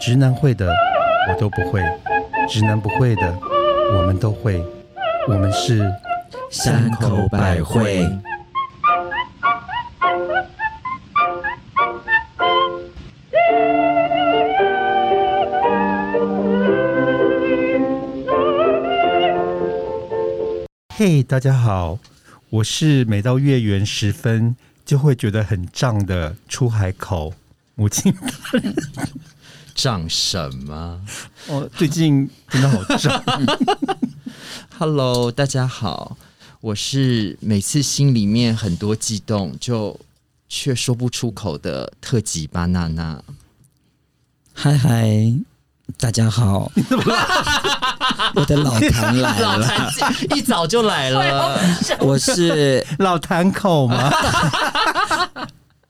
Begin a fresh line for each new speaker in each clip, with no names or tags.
直男会的我都不会，直男不会的我们都会，我们是
山口百惠。
嘿大家好，我是每到月圆时分就会觉得很胀的出海口母亲。
长什么
哦，最近真的好胀，
？Hello，大家好，我是每次心里面很多激动，就却说不出口的特级巴娜娜。
嗨嗨，大家 好！我的老谭来
老
了，
谭 一早就来了，
我是
老痰口吗？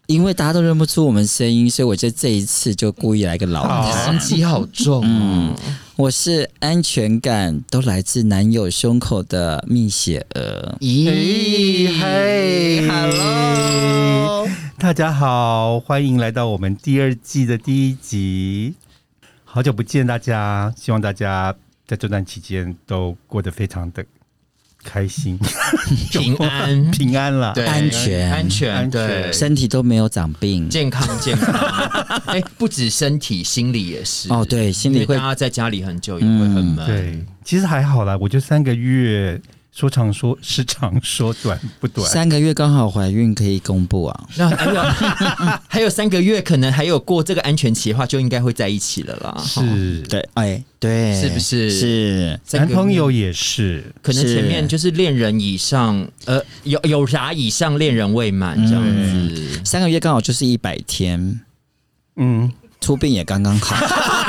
因为大家都认不出我们声音，所以我就这一次就故意来个老
好
谭。
心机好重哦。
我是安全感都来自男友胸口的蜜雪儿，
咦
嘿
，Hello，
大家好，欢迎来到我们第二季的第一集。好久不见大家，希望大家在这段期间都过得非常的开心、，
平安
平安啦。
对，
安全
安全，
安全
对，
身体都没有长病。
健康健 康。哎，不止身体，心理也是。
哦对心里
因为
会
大家在家里嗯很久也会很闷。
对，其实还好啦，我觉得三个月说长说是长，说短不短。
三个月刚好怀孕，可以公布啊！
那还有 还有三个月，可能还有过这个安全期的话，就应该会在一起了啦。哈
是，
对，哎、对，
是不是
是，
男朋友。也是，
可能前面就是恋人以上，呃，有有啥以上恋人未满这样子，
三个月刚好就是一百天，
嗯，
出殡也刚刚 好。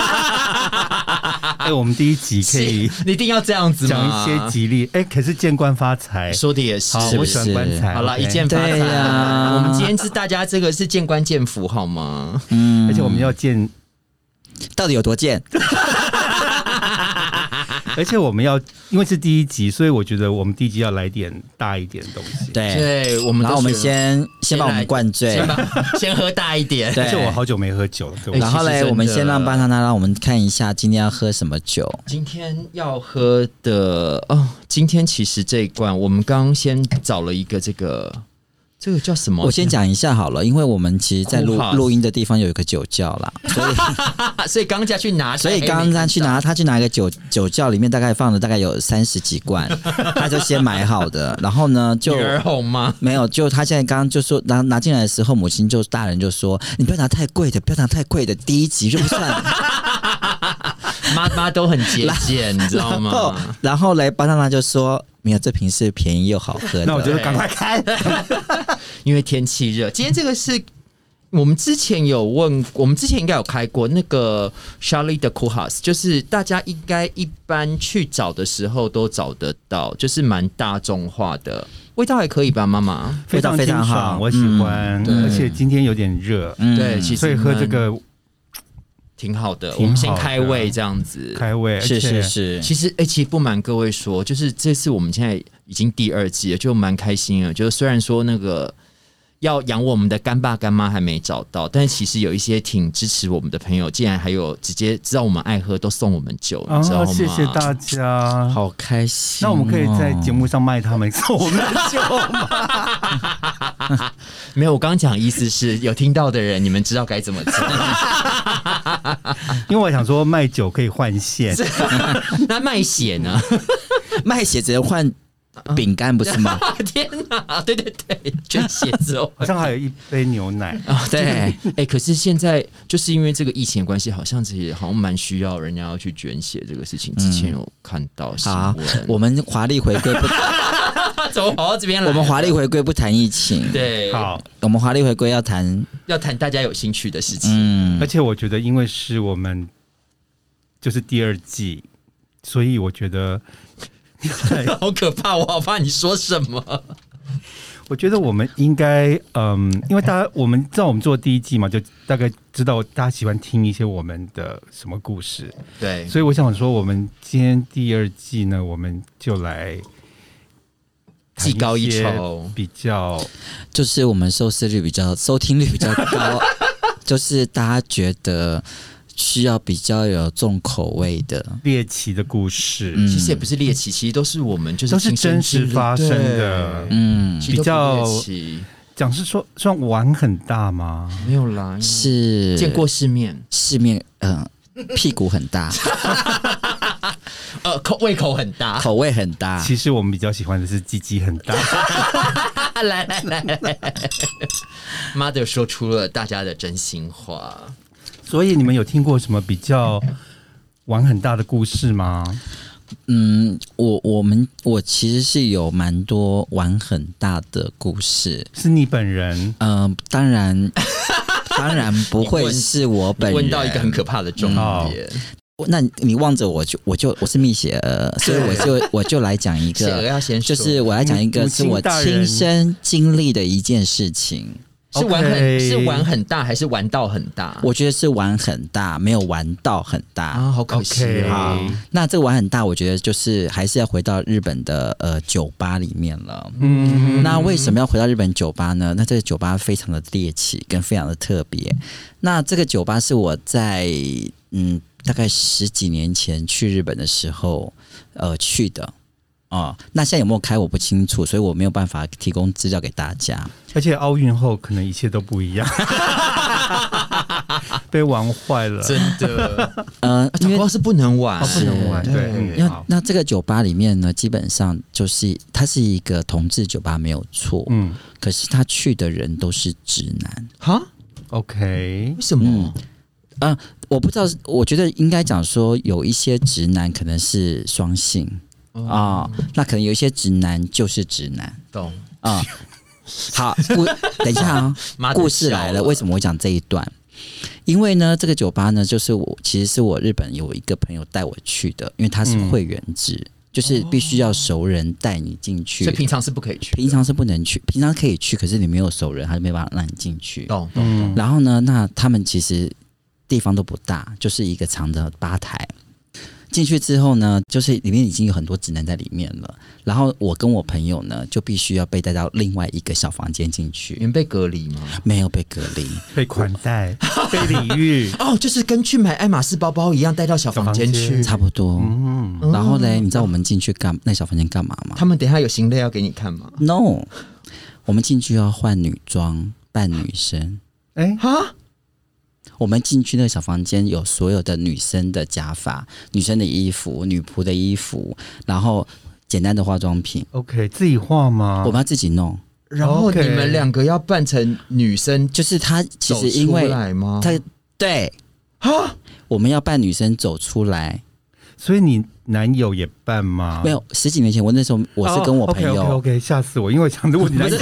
哎、我们第一集可以
是你一定要这样子
讲一
吗
些吉利，哎、可是见官发财。
说的也是
好，，
是
我
不
喜
是
欢棺材。
好了，
OK
一键发财。
对呀
我们今天是大家这个是见官见福，好吗？
嗯
而且我们要见，
到底有多贱？
而且我们要，因为是第一集，所以我觉得我们第一集要来点大一点的东西。，
对，
对，我们
然后
都
我们
是
先先把我
来
们灌醉
先，把 先喝大一点，
而
对
且我好久没喝酒了，各位
哎
然后
其实真
嘞，
的
我们先让巴娜娜让我们看一下今天要喝什么酒。
今天要喝的哦，今天其实这一罐我们刚刚先找了一个这个，这个叫什么？
我先讲一下好了，因为我们其实，在录
Cool House
录音的地方有一个酒窖啦，所以
啊，所以刚刚去拿，哎
所以刚刚他去
啊
拿，他去拿一个酒酒窖里面大概放了大概有三十几罐，他就先买好的，然后呢就
女儿红吗？
没有，就他现在刚刚就说拿拿进来的时候，母亲就大人就说：“你不要拿太贵的，不要拿太贵的，第一集就不算 了。”
妈妈都很节 俭，你知道
哦
吗？，
然后来巴娜娜就说：“没有，这瓶是便宜又好喝的。”
那我就赶快开。
因为天气热，今天这个是。我们之前有问，我们之前应该有开过那个 Charlie 的 Cool House，就是大家应该一般去找的时候都找得到，就是蛮大众化的，味道还可以吧，妈妈。
非常
味道非常
清
好
爽，我喜欢。
对
而且今天有点热，
嗯
对，其实
所以喝这
蛮
个
挺好的。
好的
我们先开胃这样子。
开胃，
是
而且
是是，
其实，哎、其实不瞒各位说，就是这次我们现在已经第二季了，就蛮开心了。就是虽然说那个要养我们的干爸干妈还没找到，但是其实有一些挺支持我们的朋友，竟然还有直接知道我们爱喝，都送我们酒，你知道
哦，
吗？
谢谢大家。
好开心
那
哦、
我们可以在节目上卖他们，送我们的酒 吗？
没有，我刚刚讲的意思是有听到的人，你们知道该怎么 做。
因为我想说卖酒可以换现，
那卖血 呢？
卖鞋子换饼干不是 吗？
天哪！对对对，捐血之后
好像还有一杯牛奶。
哦
啊、对， 哎、可是现在就是因为这个疫情的关系，好像其实好像蛮需要人家要去捐血这个事情。之前有看到新
好
闻，，
我们华丽回归不，
我怎么跑到这边
我们华
丽
丽回归不谈疫情，
对，
好，
我们华丽回归要谈
要谈大家有兴趣的事情。
嗯
而，且我觉得，因为是我们就是第二季，所以我觉得，
好可怕！我好怕你说什么。
我觉得我们应该，嗯，因为大家我们知道我们做第一季嘛，就大概知道大家喜欢听一些我们的什么故事，
对，
所以我想说，我们今天第二季呢，我们就来
技高一
谈些
筹
比较
就是 我们收视率比较，收听率比较高，就是大家觉得。需要比较有重口味的，
猎奇的故事，
嗯
其实也不是猎奇，其实都是我们就是
都是
亲身
真实
经历
发生的
对
嗯，
其实都不
比较
猎奇
讲是说算玩很大吗？
没有啦，因为
是
见过世面，
世面，嗯、屁股很 大，
呃，口胃口很大。
口味很
啊
大，
其实我们比较喜欢的是鸡鸡很大，
来来来来，Mother 说出了大家的真心话。
所以你们有听过什么比较玩很大的故事吗？
嗯，我我们我其实是有蛮多玩很大的故事，
是你本人
嗯、当 然当然不会是我本人。
问到一个很可怕的重点，
那你望着我就我就我是蜜雪儿，所以我 就我就来讲一
企鹅
个，
要先
就
说
是我来讲一个
母
是
亲
我
大人
亲身经历的一件事情，
是玩很
OK
是玩很大还是玩到很大？
我觉得是玩很大，没有玩到很大。
啊，好可惜
OK
啊！
好
那这个玩很大，我觉得就是还是要回到日本的呃酒吧里面了。
嗯，
那为什么要回到日本酒吧呢？那这个酒吧非常的猎奇，跟非常的特别。那这个酒吧是我在嗯大概十几年前去日本的时候呃去的。哦，那现在有没有开我不清楚，所以我没有办法提供资料给大家。
而且奥运后可能一切都不一样， 被玩坏了。
真的，
呃，因
糟
为
糕啊是不能玩，
哦不能玩对嗯
因为
好
那这个酒吧里面呢，基本上就是它是一个同志酒吧没有错，
嗯
可是他去的人都是直男。
哈？
，OK，
为什么？
我不知道，我觉得应该讲说有一些直男可能是双性啊、
嗯
那可能有一些直男就是直男
哦懂？
啊。好，故等一下啊、
妈的
故事来了，
笑
为什么我讲这一段？因为呢，这个酒吧呢，就是我其实是我日本有一个朋友带我去的，因为他是
嗯
会员制，就是必须要熟人带你进去，
所以平常是不可以去的，
平常是不能去，平常可以去，可是你没有熟人，他就没办法让你进去。
懂懂
嗯，
然后呢，那他们其实地方都不大，就是一个长的吧台。进去之后呢，就是里面已经有很多直男在里面了。然后我跟我朋友呢，就必须要被带到另外一个小房间进
你
去，
们被隔离吗？
没有被隔离。
被款待， 被礼遇，
哦，就是跟去买爱马仕包包一样，带到小房间
小房
去
间。
差不多。
嗯，
嗯
然后嘞，你知道我们进去干那小房间干嘛吗
他们等一下有行李要给你看吗？
？No，我们进去要换女装，扮女生。
哎，
哈，
我们进去那个小房间，有所有的女生的假发、女生的衣服、女仆的衣服，然后简单的化妆品。
OK，自己画
啊
吗？
我们要自己弄。
然后你
OK
们两个要扮成女生，
就是他其
走
实因
出
为
来吗？
他对
哈，
我们要扮女生走出来，
所以你男友也办
啊
吗？
没有十几年前我那时候我是跟
哦
我
，OK
朋友
OK，吓死我，因为我想着我男友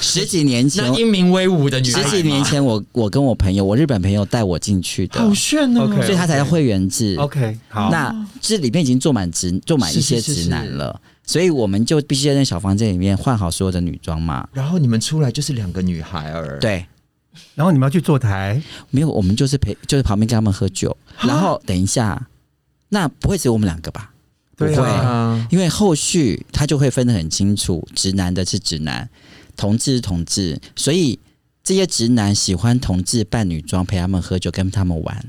十几年前
那。英明威武的女孩
十
吗，
几年前我，我跟我朋友，我日本朋友带我进去的，
好哦炫哦
OK
所以他才会员制。
OK 好，
那这里面已经坐满直，坐满一些
是是是
直男了，所以我们就必须在那小房间里面换好所有的女装嘛。
然后你们出来就是两个女孩儿，，
对，
然后你们要去坐台，
没有，我们就是陪，就是旁边跟他们喝酒。然后等一下，那不会只有我们两个吧？不
对
会，
啊，
因为后续他就会分得很清楚，直男的是直男，同志是同志，所以这些直男喜欢同志扮女装，陪他们喝酒，跟他们玩。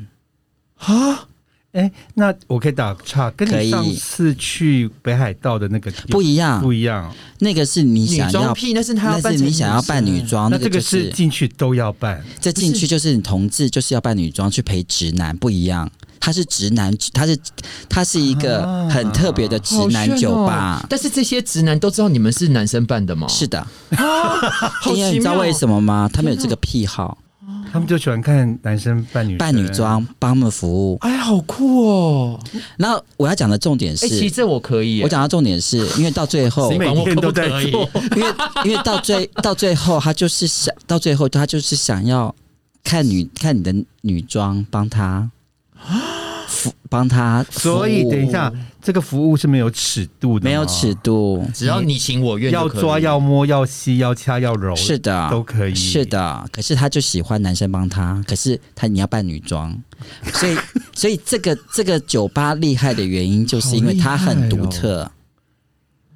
啊
哎，那我可以打岔，跟
可
你
以
上次去北海道的那个
不一样
不，一样，
那个是你
女
想
装
要，
屁，那是他要
那
扮
是
成
你想要扮女
生，啊
装，
那
个
这
就
个
是哦
是进去都要办，
这进去就是你同志，就是要扮女装去陪直男，不一样。他是直男，他是他是一个
啊
很特别的直
好炫
男
哦
酒吧。
但是这些直男都知道你们是男生扮的吗？
是，的，
哦啊 好
因为
奇
你知道
妙
为什么吗？他们有这个癖好，
他们就喜欢看男生扮女
扮女
生，
装帮他们服务。
哎，好酷哦！
然后我要讲的重点是，
哎，其实这我可以耶，
我讲到重点是因为到最 后，
谁
因
没
为
管
每
我
天
可
都
不
在
可以？
做
因为到最到最后，他就是想到最后，他就是想要看女看你的女装，帮他服帮他服务，
所以等一下这个服务是没有尺度的，哦
没有尺。度，
只要你情我愿就
要
可以，
抓、要摸、要吸、要掐、要揉，
是的，
都可以
是的。可是他就喜欢男生帮他，可是他你要扮女 装，所以所以这个这个酒吧厉害的原因，就是因为它很独特。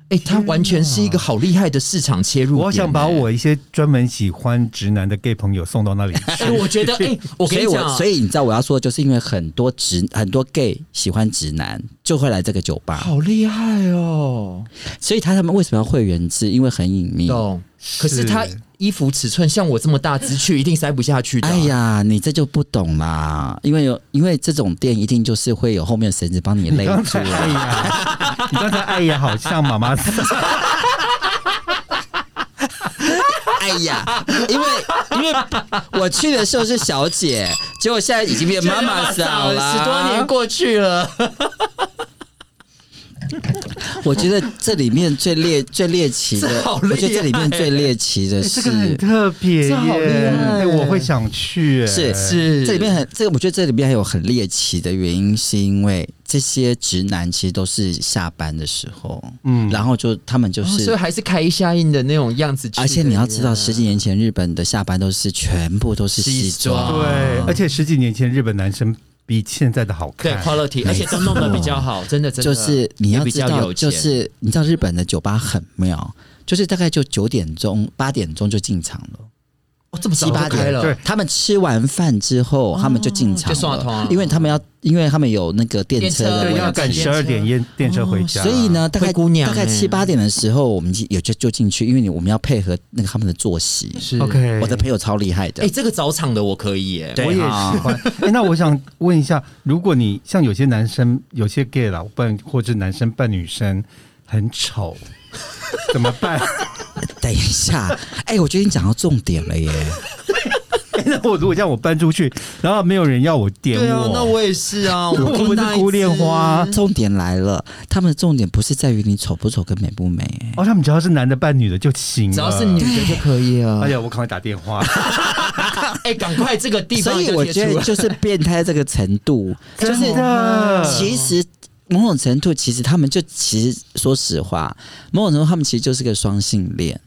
哎、哎、它完全是一个好厉害的市场切入点、
我想把我一些专门喜欢直男的 gay 朋友送到那里去。
哎，我觉得哎、我
所
跟
以
你讲
我
啊，
所以你知道我要说，的就是因为很多直很多 gay 喜欢直男，就会来这个酒吧，
好厉害哦，
所以他他们为什么要会员制？因为很隐秘。
懂？可是
是
它衣服尺寸像我这么大只去，一定塞不下去的、啊
哎，呀，你这就不懂啦，因为有因为这种店一定就是会有后面的绳子 帮你 勒
你刚
住
才哎
啊。
呀，你刚才哎呀，好像妈 妈
哎呀，因为因为我去的时候是小姐，结果现在已经变妈妈
嫂
桑了，
十多年。过去 了，
我觉得这里面最猎最猎奇
这
的，
好哎厉害
我觉得这里面最猎奇的
这个很
是。
特别耶，
这好厉害
哎我会想去，
是
是
这里面很这个，我觉得这里面还有很猎奇的原因，是因为这些直男其实都是下班的时候，
嗯，
然后就他们就
哦
是、
所以还是开一下印的那种样子去的啊
而且你要知道，
耶
十几年前日本的下班都是全部都是西
西
装
装，
对，而且十几年前日本男生比现在的好
对
看，
quality，而且都弄得比较 好，真的真
就
的
是你要
也比
知
较
道，
有钱
就是你知道日本的酒吧很妙，就是大概就九点钟、八点钟就进场了。
哦这么早
七八
就开
点
了，
对
他们吃完饭之后，他们就进场
就刷通
了
了，
因为他们要，因为他们有那个电车的
对，
呃电车哦
要
问
赶
题。
十二点电电车回家，
所以，呢，大概
灰姑娘
大概
欸
七八点的时候，我们就有就就进去，因为你我们要配合那个他们的作息。
是
OK
我的朋友超厉害的
哎、，这个早场的我可以耶、
对
我也
哈
喜欢。哎，那我想问一下，如果你像有些男生，有些 gay 啦，扮或者男生扮女生很 丑，怎么办？
等一下， 哎，我觉得你讲到重点了耶。
哎那我如果这样我搬出去，然后没有人要我点
对啊，那
我，
我也是啊，
我
我
不是
那一
孤
只
恋花
重点来了，他们的重点不是在于你丑不丑跟美不美、欸
哦，他们只要是男的扮女的就行了，
只要是女的就可以了
哎。呀，我赶快打电 话，
哎，赶快这个地
所
方
以
就
我
贴
觉
出
得
来
就是变态这个程度，就
真
是
的，哦
其实某种程度，其实他们就其实说实话，某种程度他们其实就是个双性恋，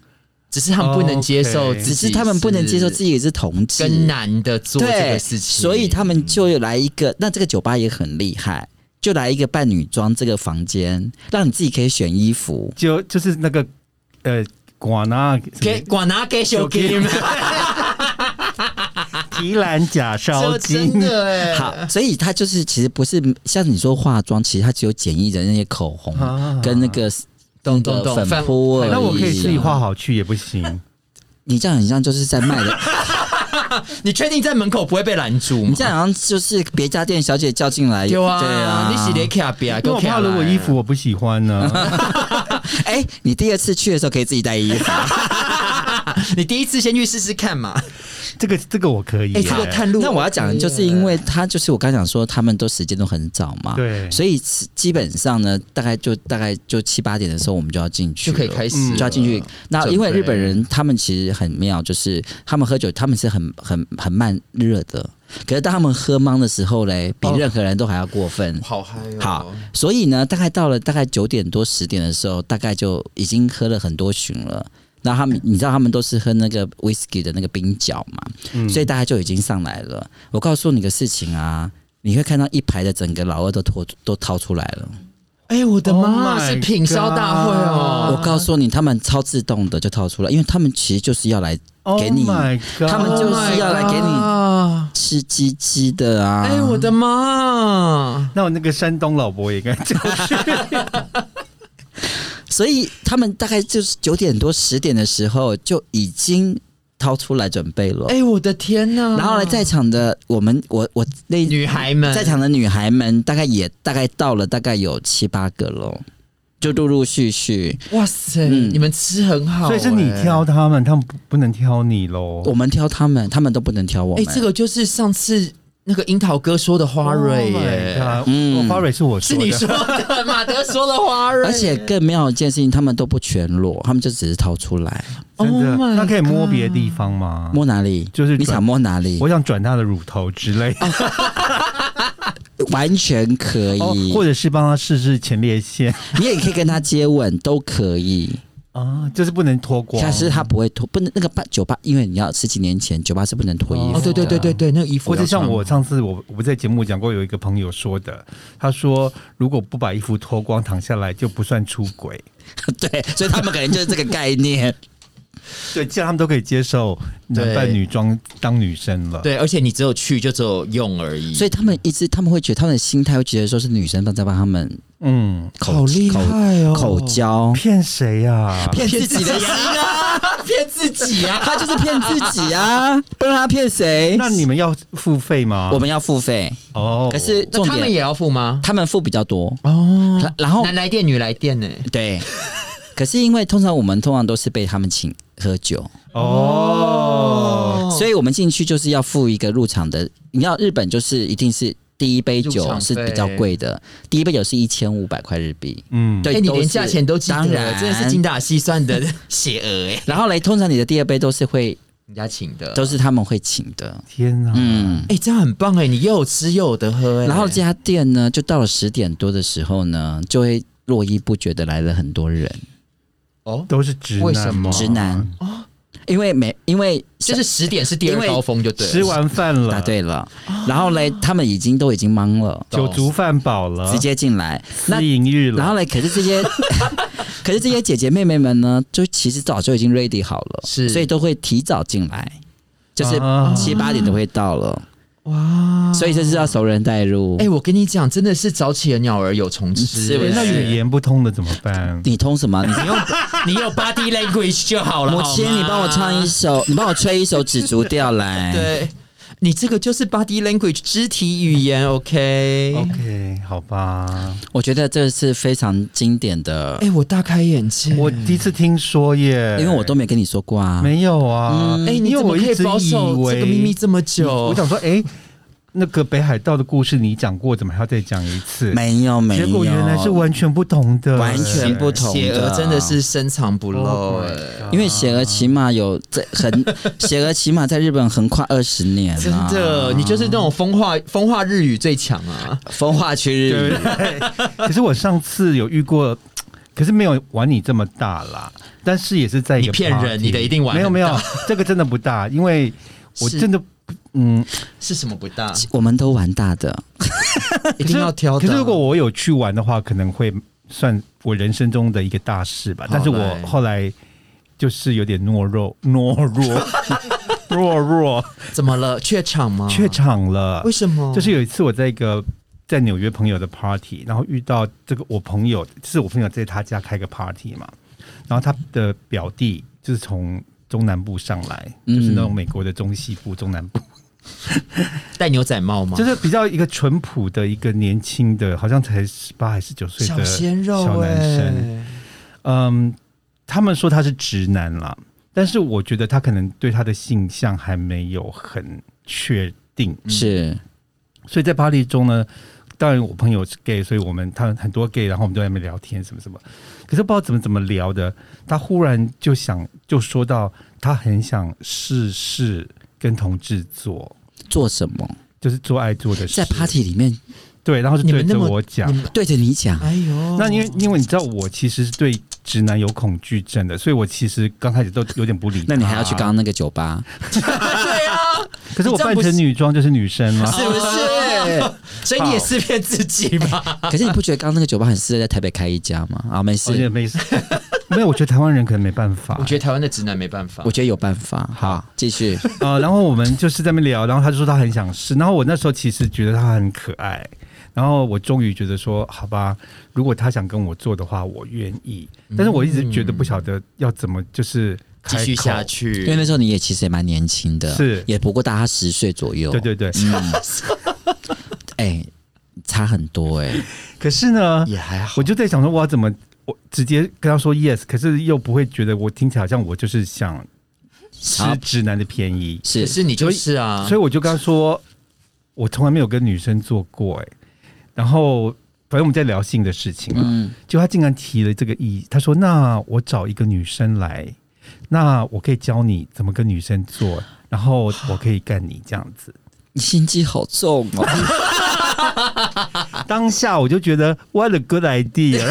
只是他们不能接受
OK
自己，
只是他们不能接受自
己
己是同志，
跟男的做这
对，
个事情，
所以他们就有来一个，那这个酒吧也很厉害。就来一个扮女装这个房间，让你自己可以选衣服，
就就是那个呃，广纳
给管拿给小
给
game，
提篮假烧
这
金
真，的哎、
呃
好，所以它就是其实不是像你说化妆，其实它只有简易的那些口红
啊
跟那个
懂懂懂
那个粉扑而已。
哎那我可
啊
以自己画好去也不 行。
你这样很像就是在卖的，
你确定在门口不会被拦住吗？
你这样好像就是别家店小姐叫进来。
有啊，
对啊，
你洗得卡比啊，
因为我怕如果衣服我不喜欢呢，
哎、你第二次去的时候可以自己带衣服。啊
你第一次先去试试看嘛。
这个这个我可以啊耶。
哎，这个探路，
那我要讲的就是因为他就是我刚讲说他们都时间都很早嘛，
对
所以基本上呢，大概就大概就七八点的时候我们就要进去
就
了，
可以开始
嗯
了
就要进去。那
准备
因为日本人他们其实很妙，就是他们喝酒他们是很很很慢热的，可是当他们喝懵的时候嘞，比
哦
任何人都还要过分。
好嗨哦！
好，所以呢，大概到了大概九点多十点的时候，大概就已经喝了很多巡了。那他
嗯
们，你知道他们都是喝那个 whisky 的那个冰角嘛，
嗯
所以大家就已经上来了。我告诉你个事情啊，你会看到一排的整个老二都脱都掏出来了。
哎，我的
Oh
妈，
my
是品烧大会哦！
我告诉你，他们超自动的就掏出来，因为他们其实就是要来
Oh
给你
my God
他们就是要来给你啊
Oh my god
吃鸡鸡的啊。
哎，我的妈！
那我那个山东老伯也该这样，
所以他们大概就是九点多十点的时候就已经掏出来准备了。
哎，我的天哪！
然后呢，在场的我们，我我那
女孩们
在场的女孩们，大概也大概到了大概有七八个喽，就陆陆续续。
哇塞，
嗯
你们吃很好，
所以是你
哎
挑。他们，他们不不能挑你喽。
我们挑他们，他们都不能挑我
哎，
们。
这个就是上次那个樱桃哥说的花蕊
Oh my
耶，
God
嗯
我花蕊是我
是
说
你
的，
说的，马德说的花蕊，
而且更妙的一件事情，他们都不全裸，他们就只是掏出来，
真的
Oh my，
那可以摸别的
God
地方吗？
摸哪里？
就是
你想
转，
摸哪里
我，想转他的乳头之类
哎
的，
完全可
哦
以。
或者是帮他试试前列腺。
你也可以跟他接吻，都可以。
哎
啊，就是不能脱光。
但是它不会脱，不能那个吧酒吧，因为你要十几年前酒吧是不能脱衣服的。
哦，对对对对对，那个衣服
或者
要穿
像我上次我我不在节目讲过，有一个朋友说的，他说如果不把衣服脱光躺下来就不算出轨，
对，所以他们可能就是这个概念。
对，既然他们都可以接受男扮
对
女装当女生了，
对，而且你只有去就只有用而已，
所以他们一直他们会觉得他们的心态会觉得说是女生在帮他们
嗯，
口
好厉害哦，
口口交。
骗谁呀？
骗自己的心啊！
骗自己 啊！
他就是骗自己 啊！不然他骗谁？
那你们要付费吗？
我们要付费，
哦，
可是
那
重
他们
点
也要付吗？
他们付比较多，
哦，
然后
男来电女来电呢、
对，可是因为通常我们通常都是被他们请喝酒，
哦，
所以我们进去就是要付一个入场的。你要日本就是一定是第一杯
入
酒
场
是
费
比较贵的，第一杯酒是一千五百块日币。
嗯，
对，
哎、你
都
连
是
价钱都记得，
当然
真的是精打细算的 邪恶哎、
然后嘞，通常你的第二杯都是会，
人家请的
都是他们会请的。
天哪，
嗯，
哎、这样很棒哎、你又有吃又有得喝哎、
然后这家店呢，就到了十点多的时候呢，就会络绎不绝的来了很多人，
哦，
都是直
为
男
什
吗
么？哦
直男因为每因为
就是十点是第
因
二
为
高峰就对了，哦
吃完饭了，
答，对了，然后嘞，他们已经都已经忙了，
酒足饭饱了，
直接进来，那
私淫欲了，
然后嘞，可是这 些，可是这些姐姐妹妹们呢，就其实早就已经 ready 好了，
是
所以都会提早进来，就是
啊
七八点都会到了，
哇！
所以这是要熟人带入。
哎、我跟你讲，真的是早起的鸟儿有虫吃、欸
是不
哎
是
那语
言
言不通的怎么办？
你通什么？ 你
你用你用 body language 就好了。
母亲，
好吗
你帮我唱一首，你帮我吹一首《紫竹调》来。，
对。你这个就是 body language 肢体语言，OK？哎
OK，好吧，
我觉得这是非常经典的，
哎我大开眼界。
我第一次听说耶，
因为我都没跟你说过啊。
没有啊，
哎、你
因为
怎么
我
可
一
以
直
保
以
守
为
这个秘密这么久
我？想说，哎，那个北海道的故事你讲过，怎么还要再讲一次？
没有，没有，
结果原来是完全不同的，
完全不同
邪
的
恶真的啊是深藏不露、
Oh
哎
my god
因为邪恶起码有在很邪恶起码在日本横跨二十年、啊，
真的，你就是那种风化风化日语最强啊！
风化区日
对
语
不对？可是我上次有遇过，可是没有玩你这么大啦，但是也是在一个
你骗人
party
你的一定玩
没
很
有
大
没有，这个真的不大，因为我
是
真的不嗯，
是什么不大？
我们都玩大的，
一定要挑的啊。
可是如果我有去玩的话，可能会算我人生中的一个大事吧。
好
但是我
来
后来就是有点懦弱， 懦弱，懦弱，
怎么了？怯场吗？
怯？场了
为。什么？
就是有一次我在一个在纽约朋友的 party，然后遇到这个我朋友，是我朋友在他家开个 party 嘛，然后他的表弟就是从中南部上来，
嗯
就是那种美国的中西部、中南部，
戴牛仔帽吗？
就是比较一个淳朴的一个年轻的，好像才十八还是九岁
小
的
鲜肉、
小男生。
哎
嗯，他们说他是直男啦，但是我觉得他可能对他的性向还没有很确定，
是
所以在 party 中呢，当然我朋友是 gay，所以我们他很多 gay，然后我们都在那边聊天什么什么，可是不知道怎么怎么聊的，他忽然就想就说到他很想试试跟同志做，
做什么？
就是做爱做的事，
在 party 里面
对，然后就
你
对
们那
着
么
我讲
你，们
对着你讲，
哎呦，
那因为因为你知道我其实是对直男有恐惧症的，所以我其实刚开始都有点不理他。
那你还要去刚？刚那个酒吧？
对啊，
可是我
你这样
扮
不是
成女装就是女生吗？
是不是？ 所以啊你也是骗自己吧？
可是你不觉得刚刚那个酒吧很适合在台北开一家吗？啊，没
我觉得
事，
没事， 没有，我觉得台湾人可能没办法。
我觉得台湾的直男没办法
我。觉得有办法。好，继续。
得呃，然后我们就是在那边聊，然后他就说他很想试，然后我那时候其实觉得他很可爱，然后我终于觉得说，好吧，如果他想跟我做的话，我愿意，但是我一直觉得不晓得要怎么就是
继
开
续
口
下
因为
去，
那时候你也其实也蛮年轻的，
是
也不过大他十岁左
哦
右。
对对对，
嗯，哎，差很多哎、
可是呢，
也还好。
我就在想说，我要怎么我直接跟他说 yes，可是又不会觉得我听起来好像我就是想
好
吃直男的便宜，
可
是
是你就是啊，
所以我就跟他说，我从来没有跟女生做过哎、然后反正我们在聊性的事情啊，
嗯，
就他竟然提了这个意，他说那我找一个女生来，那我可以教你怎么跟女生做，然后我可以干你这样 子。
你心机好重哦。
当下我就觉得 what a good idea，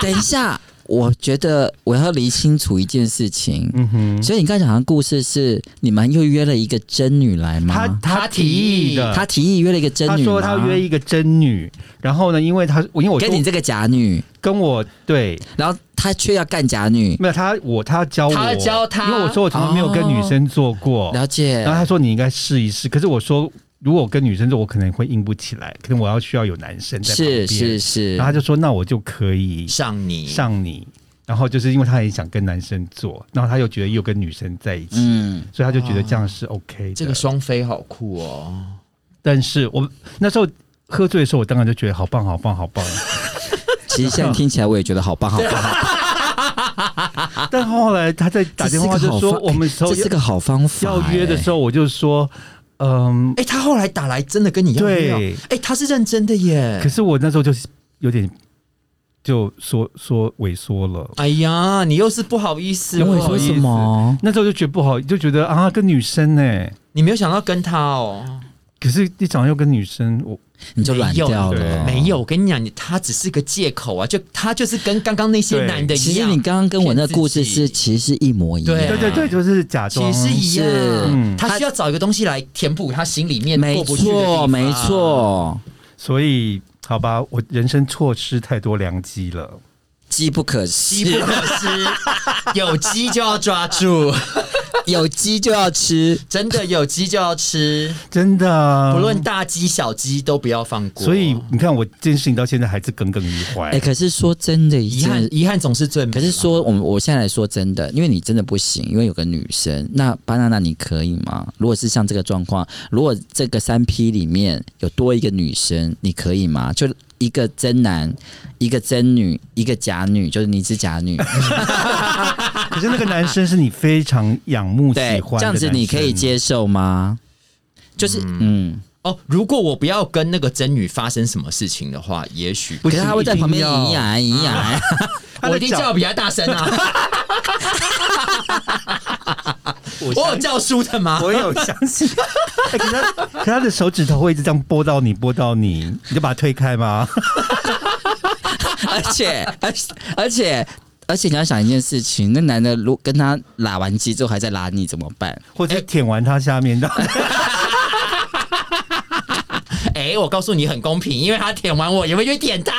等一下，我觉得我要理清楚一件事情。
嗯 哼，
所以你刚才讲的故事是你们又约了一个真女来
他
吗？
他提议的，
他提议约了一个真
他
女吗，
说他约一个真女，然后呢，因为他因为我
跟你这个假女，
跟我对
然后他却要干假女，
没有他我他要教我
他要教他
因为我说我从来没有跟女生做过，
哦了解
哦然后他说你应该试一试，可是我说如果我跟女生做，我可能会硬不起来，可能我要需要有男生在旁
是
边，
是是
然后他就说那我就可以
上你
上你，然后就是因为他很想跟男生做，然后他又觉得又跟女生在一起，
嗯，啊
所以他就觉得这样是 OK 的。
这个双飞好酷哦！
但是我那时候喝醉的时候，我当然就觉得好棒，好棒，好棒。
其实现在听起来我也觉得好 棒，好棒，好
但后来他在啊打电话就说，我们时
棒，
候
哎这
要
是个好方法、哎
要约的时候，我就说，嗯，
哎、他后来打来真的跟你要料，
对
哎、他是认真的耶
哎
可。是我那时候就是有点就缩缩萎缩了。
哎呀，你又是不好意思
哎，
因
我
为
说
说
哦，
什
什
么
么？那时候就觉得不好，就觉得啊，跟女生呢、
你没有想到跟他哦，
可是你长得又跟女生，我
你就软掉
没有
了，
对
没有。。我跟你讲，你他只是个借口啊，就他就是跟刚刚那些
对
男的
其
一
实
样，
你刚刚跟我那个故事是
骗自己
其实是一模一样，
对
对对对，就是假
其
装
实一样，
是
嗯
啊他需要找一个东西来填补他心里面
没
过不去的地
错
方
没。错，
所以好吧，我人生错失太多良机了。
机不可
机
失，
不可 失，有机就要抓住，
有鸡就要吃。
真的有机就要吃，
真的啊，
不论大鸡小鸡都不要放过。
所以你看，我这件事情到现在还是耿耿于怀。
哎、可是说真的，
遗憾
真的
遗憾总是最美。
可是，说，我们我现在来说真的，因为你真的不行，因为有个女生。那巴娜娜，你可以吗？如果是像这个状况，如果这个三 P 里面有多一个女生，你可以吗？就一个真男，一个真女，一个假女，就是你是假女，
可是那个男生是你非常仰慕、喜
对
欢，的
这样子你可以
男生。
接受吗？就是嗯，
哦，如果我不要跟那个真女发生什么事情的话，也许
不
可是
行
他会在旁边
一定要
咿呀咿呀，
我一定叫比他大声啊！
我
我有
相
叫输的吗？
我有相信， 哎可是他可是他的手指头会一直这样拨到你，拨到你，你就把它推开 吗？
而且而且而且而且你要想一件事情，那男的如跟他拉完鸡之后还在拉你怎么办？
或者舔完他下面的？
哎、我告诉你很公平，因为他舔完我也会去舔他。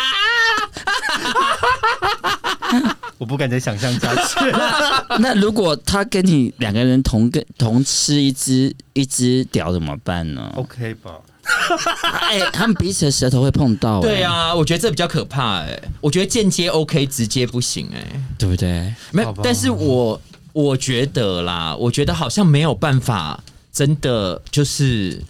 我不敢再想象下 去了。
那如果他跟你两个人同跟同吃一只一只屌怎么办呢？
OK 吧，
哎、他们彼此的舌头会碰到、哎
对
呀，
啊，我觉得这比较可怕哎、我觉得间接 OK，直接不行哎、
对不对？
没
好
有
吧，
但是我我觉得啦，我觉得好像没有办法，真的就是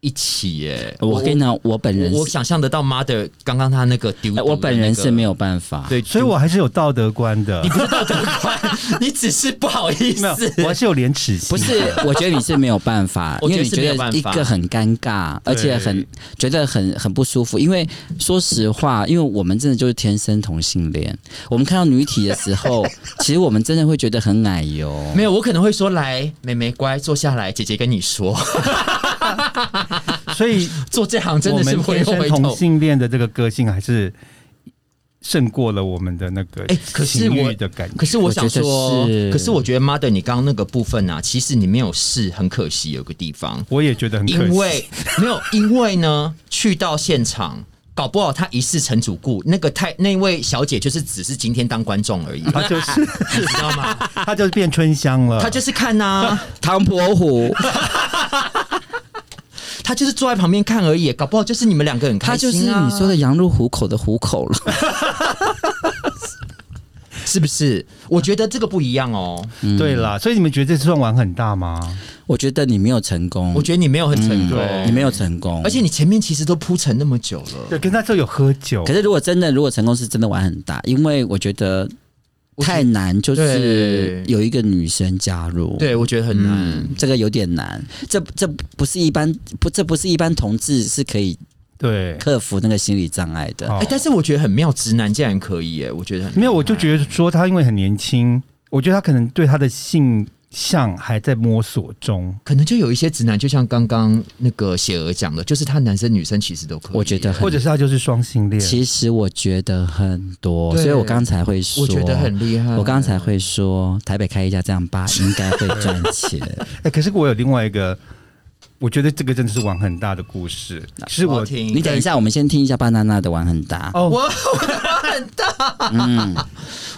一起耶、
我跟你讲，我本人
我，我
是，
想象得到 mother 刚刚他那个丢、
哎我本人是没。有办法。
对，
所以我还是有道德观的
你。不是道德观， 你只是不好意
没有
思。，，
我还是有廉耻心。
不是，我觉得你是没有办法
我
因
觉
为你
得是没
觉
有
得
办法
一个很尴尬，而且很
对
觉得很很不舒服。因为说实话，因为我们真的就是天生同性恋，我们看到女体的时 候，其实我们真的会觉得很奶油。
没有，我可能会说来，妹妹乖，坐下来，姐姐跟你说，
所以
做这行真
我
的是
们
回
天生
回
同
头。
性恋的这个个性还是胜过了我们的那个
哎可是
情
我
欲的感觉。
可是我想
我
说，
觉得是
可是我觉得 mother 你刚刚那个部分啊，其实你没有试，很可惜有个地方，
我也觉得很可惜，
因为没有，因为呢，去到现场。搞不好他一世成主顾，那个太那位小姐就是只是今天当观众而已，
啊
他就是
你知道吗？
他就是变春香了，
她就是看啊呐、
唐伯 虎，
她就是坐在旁边看而已，搞不好就是你们两个很
他
开心、
就
啊、
是你说的羊入虎口的虎口了。
是不是？我觉得这个不一样哦，
嗯
对啦。所以你们觉得这次算玩很大吗？
我觉得你没有成功，
我觉得你没有很成功，
你没有成功，
而且你前面其实都铺陈那么久了，
对，跟他这有喝酒
可，是如果真的如果成功是真的玩很大，因为我觉得太难，就是
对
有一个女生加入，
对我觉得很难。
嗯，这个有点难，这这不是一般不这不是一般同志是可以
对，
克服那个心理障碍的。
好
哎、但是我觉得很妙，直男竟然可以耶！我觉得很
没有，我就觉得说他因为很年轻，我觉得他可能对他的性向还在摸索中。
可能就有一些直男，就像刚刚那个雪儿讲的，就是他男生女生其实都可以。
我觉得很
或者是他就是双性恋，
其实我觉得很多，
对
所以我刚才会说，
我觉得很厉害。
我刚才会说，台北开一家这样 吧，应该会赚钱。
哎、可是我有另外一个，我觉得这个真的是玩很大的故事。是
我
我
要听
你等一下，我们先听一下巴娜娜的碗很大。
哦，
我我的话很大。
嗯，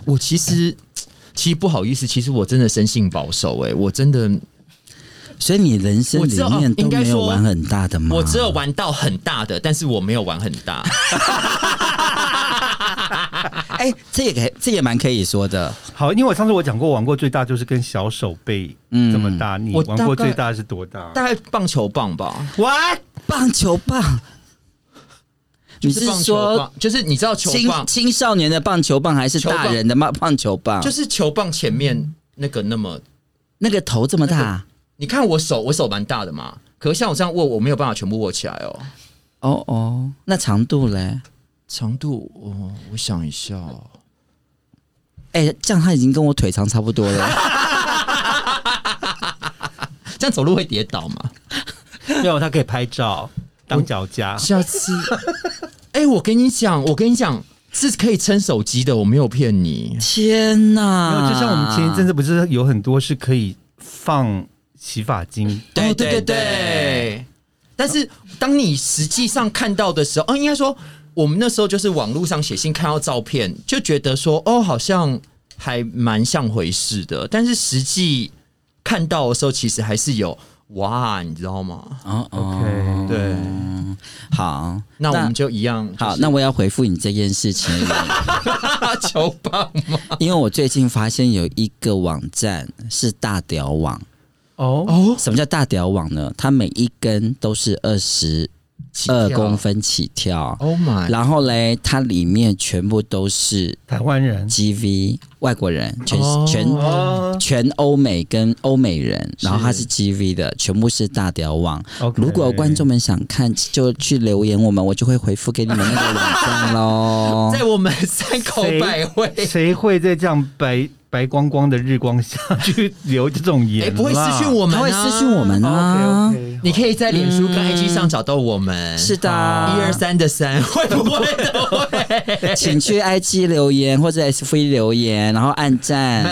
我其实其实不好意思，其实我真的生性保守、哎，我真的
所以你人生里
我知道
面都
应该
没有
说
玩很大的吗？
我只有玩到很大的，但是我没有玩很 大。
哎、这也可以，这也蛮可以说的。
好，因为我上次我讲过，玩过最大就是跟小手背
嗯
这么大，你
我
玩过
大概
最大是多大？
大概棒球棒吧，
What？
棒球棒，你
就是棒球
说
棒就是你知道球
青
棒，
青少年的棒球棒还是
球棒
大人的棒棒球棒？
就是是球棒前面那个那么，
那个头这么大
你看我手，我手蛮大的嘛，可是像我这样握，我没有办法全部握起来哦。
哦哦，那长度嘞？
长度，哦，我想一下、哦，
哎、这样他已经跟我腿长差不多了。
这样走路会跌倒吗？
没有，他可以拍照当脚架。
下次， 哎、我跟你讲，我跟你讲，是可以撑手机的，我没有骗你。
天
没
哪！
有，就像我们前一阵子不是有很多是可以放洗发精，
对
哦对
对对
但是当你实际上看到的时候，哦，应该说我们那时候就是网络上写信看到照片，就觉得说哦，好像还蛮像回事的。但是实际看到的时候，其实还是有哇，你知道吗？
哦哦
OK，
对
好，
那我们就一样、
好，那我要回复你这件事 情，
那球棒吗？
因为我最近发现有一个网站是大屌网。
哦，
哦，
什么叫大屌网呢？它每一根都是二十二公。分哦起跳，
Oh my！
然后嘞，它里面全部都是
台湾人
GV 外国人，全、
哦
全
哦
全欧美跟欧美人，
是
然后它是 GV 的，全部是大屌网。
，OK，
如果观众们想看，就去留言我们，我就会回复给你们那个网站喽。
在我们三口
谁
百味，
谁会在这样白白光光的日光下去留这种
哎、
言？
不会私讯我们、
他
啊，
会私讯我们啊。
OK，OK，
你可以在脸书跟 IG 上找到我们。
是的，
一二三 的三，会不会都会？
请去 IG 留言或者 SV 留言，然后按赞，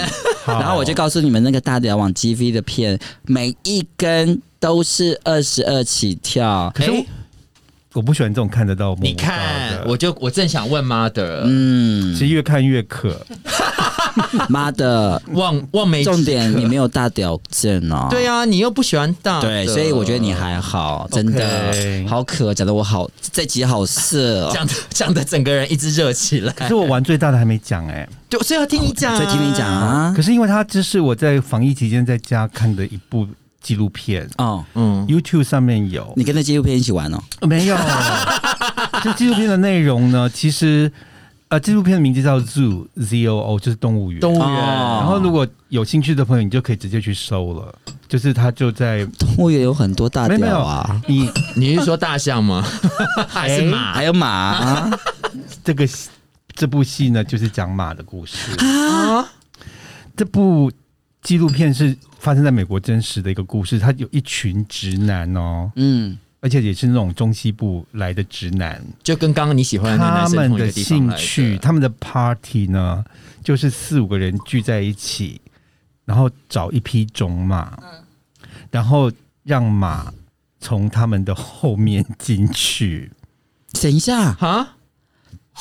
好
然后我就告诉你们那个大屌网 GV 的片，每一根都是二十二起跳。
可是我
哎
我不喜欢这种看得到摸不到的
你看，我就我正想问 mother，、
嗯
其，实越看越渴。
妈的，
望望梅止渴
重点你没有大屌症哦。
对啊，你又不喜欢大的，
对，所以我觉得你还好，真的
OK
好渴，讲的我好，这集好色、哦。
讲的讲的整个人一直热起来，
可是我玩最大的还没讲哎、
对，所以要听你讲、啊，
再听你讲，啊
可，是因为它这是我在防疫期间在家看的一部纪录片
哦，
嗯，
，YouTube 上面有。
你跟那纪录片一起玩哦。
没 有，这纪录片的内容呢，其实呃，纪录片的名字叫 Zoo Z O O，就是动物园。
动物园，
哦
然后如果有兴趣的朋友，你就可以直接去搜了，就是它就在
动物园有很多大
没有没
屌
有
啊，
你
你是说大 象吗？还是马？
还有马啊。
这个戏这部戏呢，就是讲马的故事。
哎
啊，
这部纪录片是发生在美国真实的一个故事，它有一群直男哦，
嗯，
而且也是那种中西部来的直男，
就跟刚刚你喜欢的那个男
他
生
们
同一
的
个地方
兴
来的
趣，他们的 party 呢，就是四五个人聚在一起，然后找一匹种马，
嗯
然后让马从他们的后面进去。
等一下，
啊，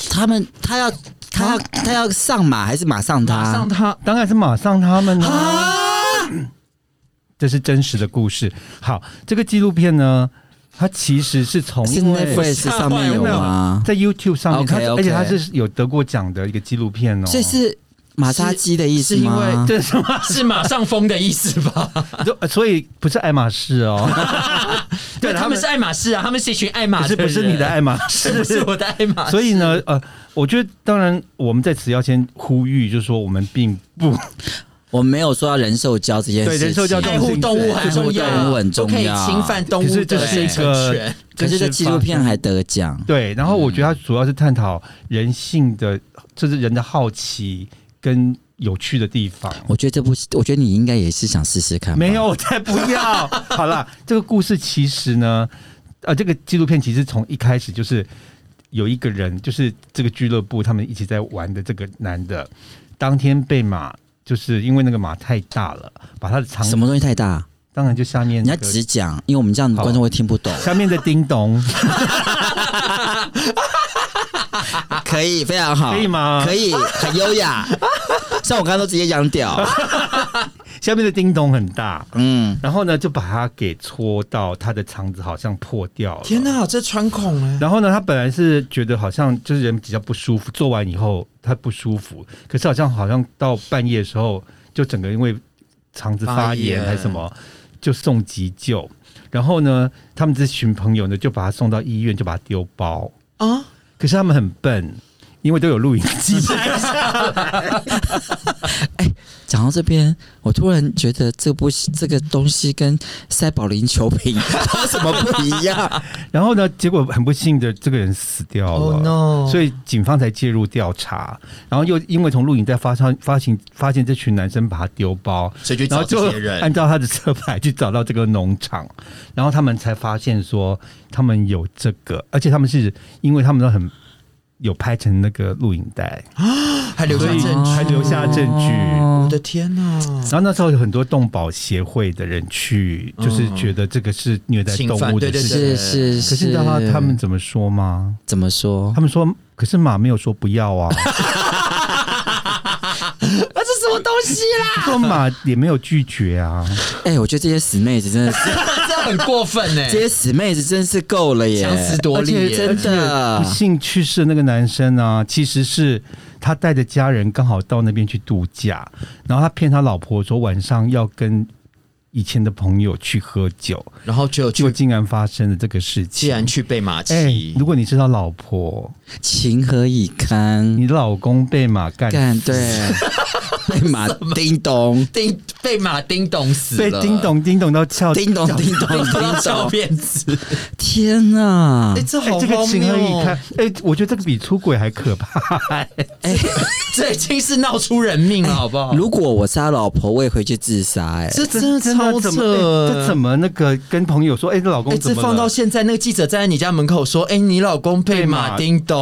他们他要他
啊
要他要上马还是马上他？
马上他
当然是马上他们呢、
啊！
这是真实的故事。好，这个纪录片呢，它其实是从
是
因为
Netflix 上面有吗？
在 YouTube 上面，它
OK，OK
而且它是有得过奖的一个纪录片哦。
所以是马杀鸡的意思
是因
吗
为？
这是 什么？
是马上疯的意思吧？
就所以不是爱马仕 哦，
对，他
他
们
们
是爱马仕啊，他们是一群爱马
不
仕
是
的
不
人，
是你的爱马
是
仕，
不是我的爱马仕？
所以呢，呃，我觉得当然，我们在此要先呼吁，就是说我们并不
我没有说要人兽交这件事情，
对人兽交这
爱
种事
护
情
动物很重要，
动物啊很重要
不可以侵犯动物
可是这
的
是一
生
个
存权。
可是这纪录片还嗯得奖，
对。然后我觉得它主要是探讨人性的，就是人的好奇跟有趣的地方。
我觉得这部，我觉得你应该也是想试试 看。
没，有，我才不要。好啦，这个故事其实呢，呃，这个纪录片其实从一开始就是有一个人，就是这个俱乐部他们一起在玩的这个男的，当天被马，就是因为那个马太大了，把他的肠，
什么啊东西太大？
当然就下面
你要
的
直讲，因为我们这样
好
观众会听不懂。
下面的叮咚，
可以，非常好，
可以吗
可以，很优 雅。像我刚刚都直接养屌，
下面的叮咚很大，
嗯，
然后呢就把他给戳到，他的肠子好像破掉了。
天哪，这穿孔哎、
然后呢，他本来是觉得好像就是人比较不舒服，做完以后他不舒服，可是好像好像到半夜的时候，就整个因为肠子发炎
发炎
还是什么，就送急救。然后呢，他们这群朋友呢，就把他送到医院，就把他丢包。
啊！
可是他们很笨，因为都有录影机。
讲到这边，我突然觉得这部这个东西跟塞保龄球瓶 有什么不一 样？
然后呢，结果很不幸的，这个人死掉了。
Oh no
所以警方才介入调查，然后又因为从录影带发上发现发现这群男生把他丢包，
所以就
然
找
后就
这些人
按照他的车牌去找到这个农场，然后他们才发现说他们有这个，而且他们是因为他们都很有拍成那个录影带，
还留下
所以
证据，哦
还留下证据。
我的天哪！
然后那时候有很多动保协会的人去，就是
嗯
觉得这个是虐待
侵
动
犯
物的
对对
事情。
是是
可是
是，
你知道他他们怎么说吗？
怎么说
他？们说，可是马没有说不要 啊，
啊，这什么东西啦？
说马也没有拒绝啊。
哎、我觉得这些死妹子真的是，
这很过分 哎、
这些死妹子真是够了耶！
强词夺理
而
耶，
且
真的
啊
不 幸去世的那个男生啊，其实是他带着家人刚好到那边去度假，然后他骗他老婆说晚上要跟以前的朋友去喝酒，
然后就
结果
就
竟然发生了这个事
既
情。
然去被马
哎、
骑，
如果你知道老婆，
情何以堪？
你老公被马干死，
干对，被马叮咚，
叮被马叮咚死
被
了，
叮咚叮咚到翘，
叮咚，叮咚，
叮
叮
咚小
咚！
辫子，
天哪
哎，！这
哎、
好
这个
荒
情
谬
何以堪
哦！？
哎、我觉得这个比出轨还可怕。
这已经是闹出人命了，好不好？
哎如果我杀老婆，我也回去自杀。哎，
哎这 真的
真的
超
怎么、
扯，
哎这怎么那个跟朋友说？哎、这老
哎、
公怎
这
么了？
放到现在，那个记者站在你家门口说：“哎、你老公被马叮咚。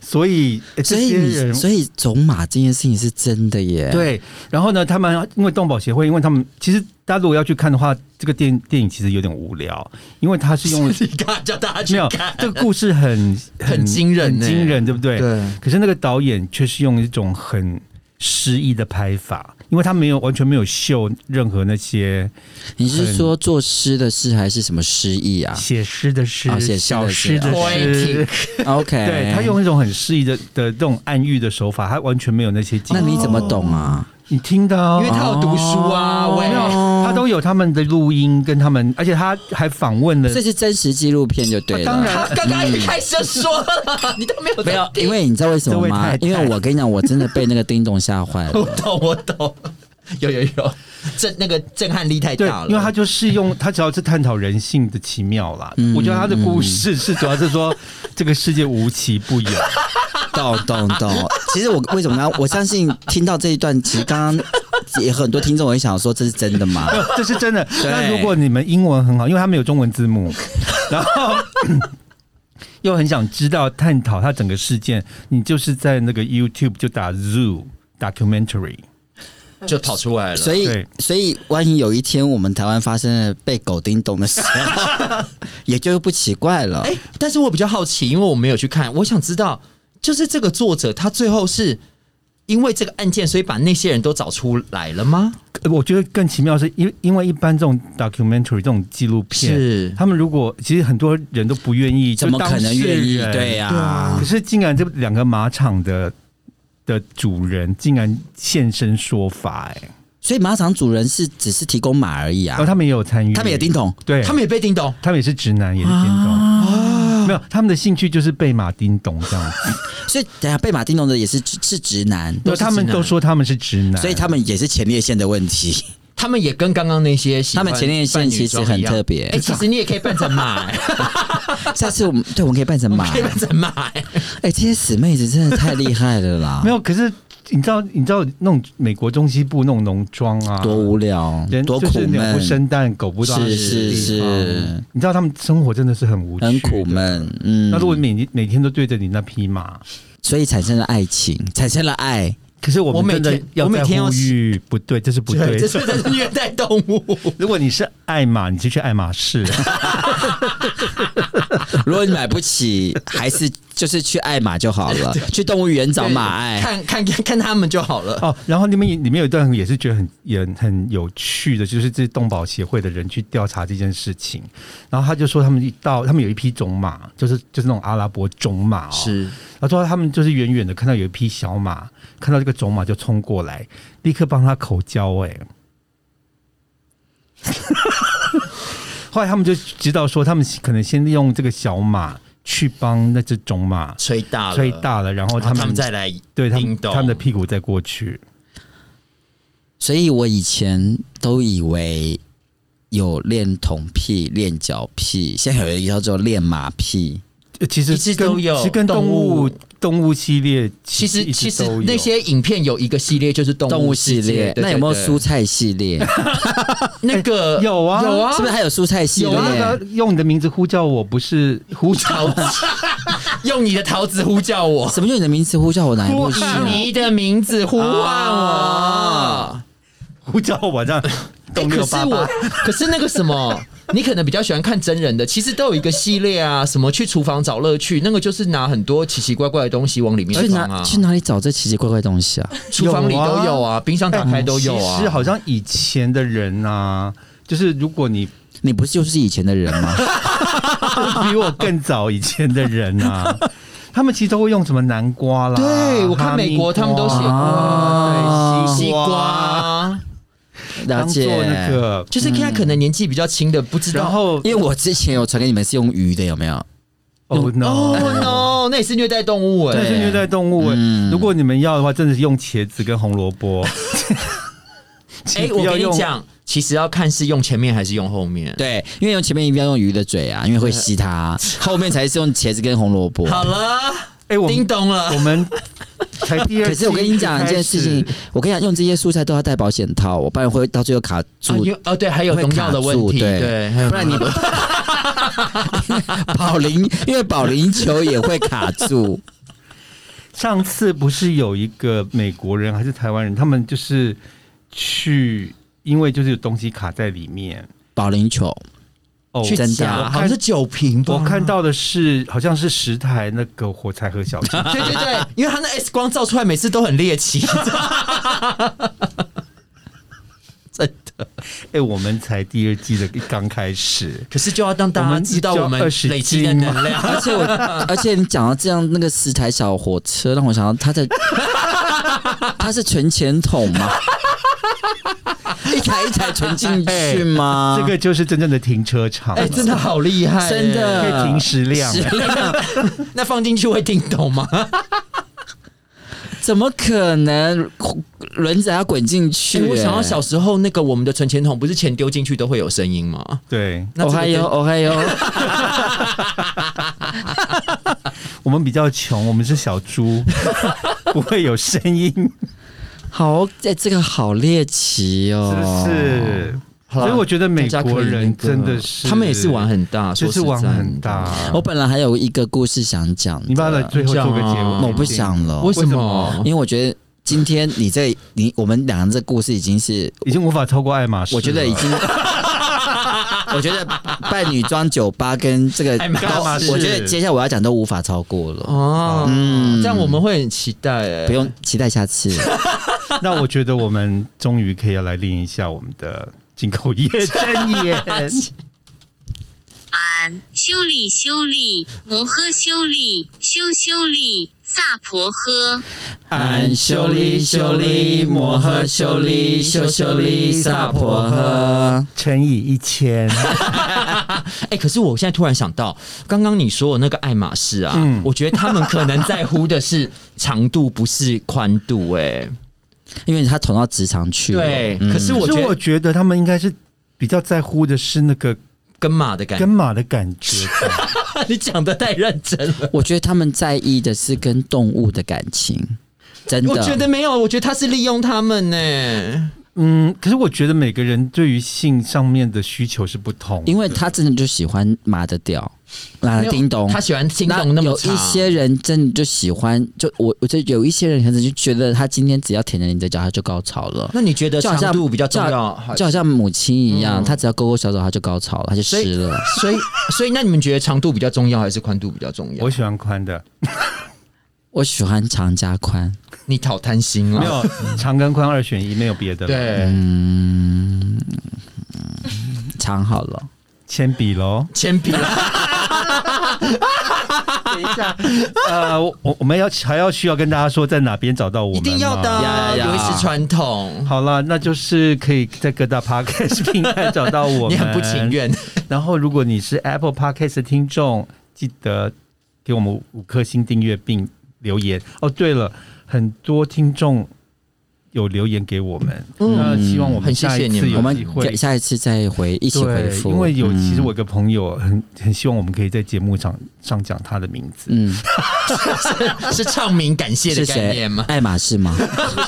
所以，哎
所
这
以
些
你，
人
所以种马这件事情是真的耶。，
对，然后呢，他们因为动保协会，因为他们其实大家如果要去看的话，这个电电影其实有点无聊，因为它是用
你刚叫大家 去
没有
看，
这个故事 很
很惊人
很
欸
惊人，对不对？
对
可是那个导演却是用一种很诗意的拍法，因为他没有完全没有秀任何那些
你是说作诗的诗还是什么诗意啊
写诗的诗、
啊写诗的诗
小诗的诗
Poetic，
？OK，
对他用一种很诗意的的这种暗喻的手法，他完全没有那些技巧。
那你怎么懂啊？
你听到、
因为他有读书啊，
哦
喂，
没有，他都有他们的录音跟他们，而且他还访问了
这是真实纪录片就对了。
啊当然
他刚刚一开始就说了，你都嗯没有
没有
在，听
因为你知道为什么吗？
这位太太
因为我跟你讲，我真的被那个叮咚吓坏
我
了。
懂， 我懂，有有有，震那个震撼力太
对
大，了，
因为他就是用他主要是探讨人性的奇妙啦。我觉得他的故事是主要是说这个世界无奇不有，
懂懂懂。其实我为什么呢？我相信听到这一段，其实刚刚也很多听众会想说，这是真的吗？
这是真的。
对
那如果你们英文很好，因为他们有中文字 幕，然后 又很想知道探讨他整个事件，你就是在那个 YouTube 就打 Zoo documentary。
就跑出来了。
所以
对，
所以万一有一天我们台湾发生了被狗叮咚的时候， 也就不奇怪了。
哎、但是我比较好奇，因为我没有去看，我想知道，就是这个作者他最后是因为这个案件，所以把那些人都找出来了吗？
呃我觉得更奇妙的是，因因为一般这种 documentary 这种纪录片，
是
他们如果其实很多人都不愿意，
怎么
就当
可能愿意
事？人
对、啊呀、
可是竟然这两个马场的的主人竟然现身说法、哎、
所以马场主人是只是提供马而已
然
啊
哦后，他们也有参与，
他们也叮，咚。
对，
他们也被叮咚，
他们也是直男，也是叮咚。
啊
没有，他们的兴趣就是被马叮咚这样子，
所以等下被马叮咚的也是是直男，
都是直男
他们都说他们是直男，
所以他们也是前列腺的问题。
他们也跟刚刚那些喜
他
欢
们前列腺其实很特别
哎、， 其实你也可以扮成马、欸，
下次我们对我们可以扮成马，
可以扮成马、欸。
哎、这些死妹子真的太厉害了啦
没，有，可是你知道，你知道那种美国中西部那种农庄啊，
多无聊
人，
多
就
苦
是鸟不
闷，
生蛋，狗不拉
是
屎的
是
地
是，
你知道他们生活真的是很无趣，
很苦。闷，嗯
那，如果每每天都对着你那匹马，
所以产生了爱情，产生了爱，
可是我
我
们
每
真的
天
要
我每
在
天要
呼吁，不对，这是不对
这
的。
是这是虐待动 物。
如果你是爱马，你就去爱马仕。啊
如果你买不起，还是就是去爱马就好了，去动物园找马哎爱。
看看看看他们就好了。
哦，然后里面里面有一段也是觉得很也很有趣的，就是这动保协会的人去调查这件事情，然后他就说他们一到他们有一匹种马，就是就是那种阿拉伯种马哦，，他说他们就是远远的看到有一匹小马，看到这个种马就冲过来，立刻帮他口交、哎。 后来他们就知道说，他们可能先利用这个小马去帮那只种马
吹大了，
吹，大了，然后
然
他
后
们
他们再来
对他们
叮咚
他们的屁股再过去。
所以我以前都以为有恋童癖、恋脚癖，现在有一个叫做恋马癖。
呃其
一
实
直
跟
都有
其实跟动物
动物
动物系列
其实
一直
其实
都有
那些影片有一个系列就是动
动物系
世界
列，
对
那有没有
对对
蔬菜系列？
那个
有啊
有啊，
是不是还有蔬菜系
有啊那
列？
个用你的名字呼叫我，不 是呼叫
桃子？用你的桃子呼 叫我，
什么用你的名字呼叫我哪一部戏？
以你的名字呼唤我
啊。
呼叫我这样
哎
动
可
六
是
八八
我， 可是那个什么，你可能比较喜欢看真人的，其实都有一个系列啊，什么去厨房找乐趣，那个就是拿很多奇奇怪怪的东西往里面
去
放啊
哪，去哪里找这奇奇怪怪的东西啊？
厨房里都有啊，冰箱打开都有
哎其实
啊。
好像以前的人啊，就是如果 你
你不是就是以前的人 吗？
比我更早以前的人 啊，他们其实都会用什么南瓜啦，
对，我看美国他们都写
啊
对
过西
西瓜
瓜，
了
当
解
做。那个，
就是他可能年纪比较轻的不知
然
道。
后
因为我之前有传给你们是用鱼的，有没有？
哦 no。
哦 no，那也是虐待动物哎、
但是虐待动物、
啊嗯
如果你们要的话，真的是用茄子跟红萝 卜。
哎、
请不
我
要
跟你
用，
讲，其实要看是用前面还是用后面。
对，因为用前面一定要用鱼的嘴啊，因为会吸它，后面才是用茄子跟红萝卜。
好了，
哎、我
叮
们
咚了
我。们才第二。
可是我跟你讲一件事情，，我跟你讲，用这些蔬菜都要戴保险套，我不然会到最后卡
啊
住
因。为哦，对，还有农药的问
会卡
题，
住对
对，还有
不然你保龄，因为保龄球也会卡 住。
上次不是有一个美国人还是台湾人，他们就是去，因为就是有东西卡在里面。
保龄球
哦，
去
真的
夹，
啊
好像是酒瓶吧？
我看到的是好像是十台那个火柴盒小 鸡，
对对对， 因为他那 X 光照出来每次都很猎奇，真的。
哎、我们才第二季的刚开始。
可是就要让大
我
家
们
知道我们
20
累积的能量，
而且我， 而且你讲到这样那个十台小火车，让我想到他 的，他是存钱筒吗？一台一台存进去吗？
哎这个就是真正的停车场，
哎，真的好厉害，
真的
哎可以停十辆。
是
哎。那放进去会听懂 吗？
怎么可能轮子还要滚进去、
哎我想到小时候那个我们的存钱筒，不是钱丢进去都会有声音吗？
对，
那
哦
这个
嗨哟，哦嗨哟，
我们比较穷，我们是小猪， 不会有声音，是
好，哎，这个好猎奇哦，
不是？
好啦
所以我觉得美
大家可以
国人
那个
真的是，
他们也是玩很大，
就
说
是
实
玩
在
很
的哦
大。。
我本来还有一个故事想讲的，
你把它最后做个结尾，啊
我不想了，
啊为什
为什
么
么？
因为我觉得今天你这你我们两个这故事已经是
已经无法超过爱马仕了。
我觉得已经，我觉得扮女装酒吧跟这个
哎没
干嘛
都
是
我觉得接下来我要讲都无法超过了，
哦，
嗯
这样我们会很期待哎、
不用期待下次。
那我觉得我们终于可以要来练一下我们的进口 业真言。
俺修理修理摩诃修理修修理萨婆诃。
俺修利修利摩诃修利修修利萨婆诃。
乘以一千，
哎、可是我现在突然想到，刚刚你说的那个爱马仕啊，
嗯
我觉得他们可能在乎的是长度，不是宽度、哎，
因为他捅到职场去了。
对，
嗯
可是我
可
觉
是
得
我觉得他们应该是比较在乎的是那个
跟马的感
跟
觉，
马的感觉吧，
你讲的太认真了。
我觉得他们在意的是跟动物的感情，真的。
我觉得没有，我觉得他是利用他们呢。
嗯，可是我觉得每个人对于性上面的需求是不同，
因为他真的就喜欢马的屌，马
没
的
有
叮咚。
他喜欢听
那
懂那么
有
长
一些人真的就喜欢，就我我就有一些人可能就觉得他今天只要舔着你的脚，他就高潮了。
那你觉得
就好
长
像
度比较重要？还
就好像母亲一样，
嗯
他只要勾勾小手，他就高潮了，他就
所以
湿了。
所以所以那你们觉得长度比较重要还是宽度比较重要
我？喜欢宽的，
我喜欢长加宽，
你讨贪心了，
没有 长跟宽二选一，没有别的了，
嗯
对
长好了。
铅笔喽。
铅笔啦，
呃，我我我们要还要需要跟大家说在哪边找到我
一
们，
定要的啊，
呀呀
有一丝传统。
好了，那就是可以在各大 podcast 平台找到我们。
你很不情。愿，
然后，如果你是 Apple podcast 的听众，记得给我们五颗星订阅并留言。哦，对了，很多听众有留言给我们，
嗯
那希望我
很
们
谢
下
谢
一
你
次
们
有
我
机
们
会
下下一次再回一起回
对，
复，
因为有，
嗯
其实我有一个朋友很很希望我们可以在节目上上讲他的名字，
嗯
是唱名感谢的
是
概
谁
念吗？？
爱马仕吗？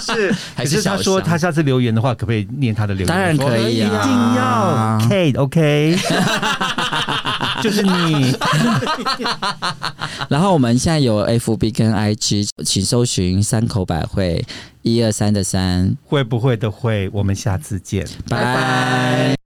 是
还
还
是
是他
小
说
香
他下次留言的话，可不可以念他的留言？哎
当然可以啊
我说一定要 Kate OK，就是你。
然后我们现在有 FB 跟 IG，请搜寻三口百汇一二三的三，
会不会的会，我们下次见。
拜拜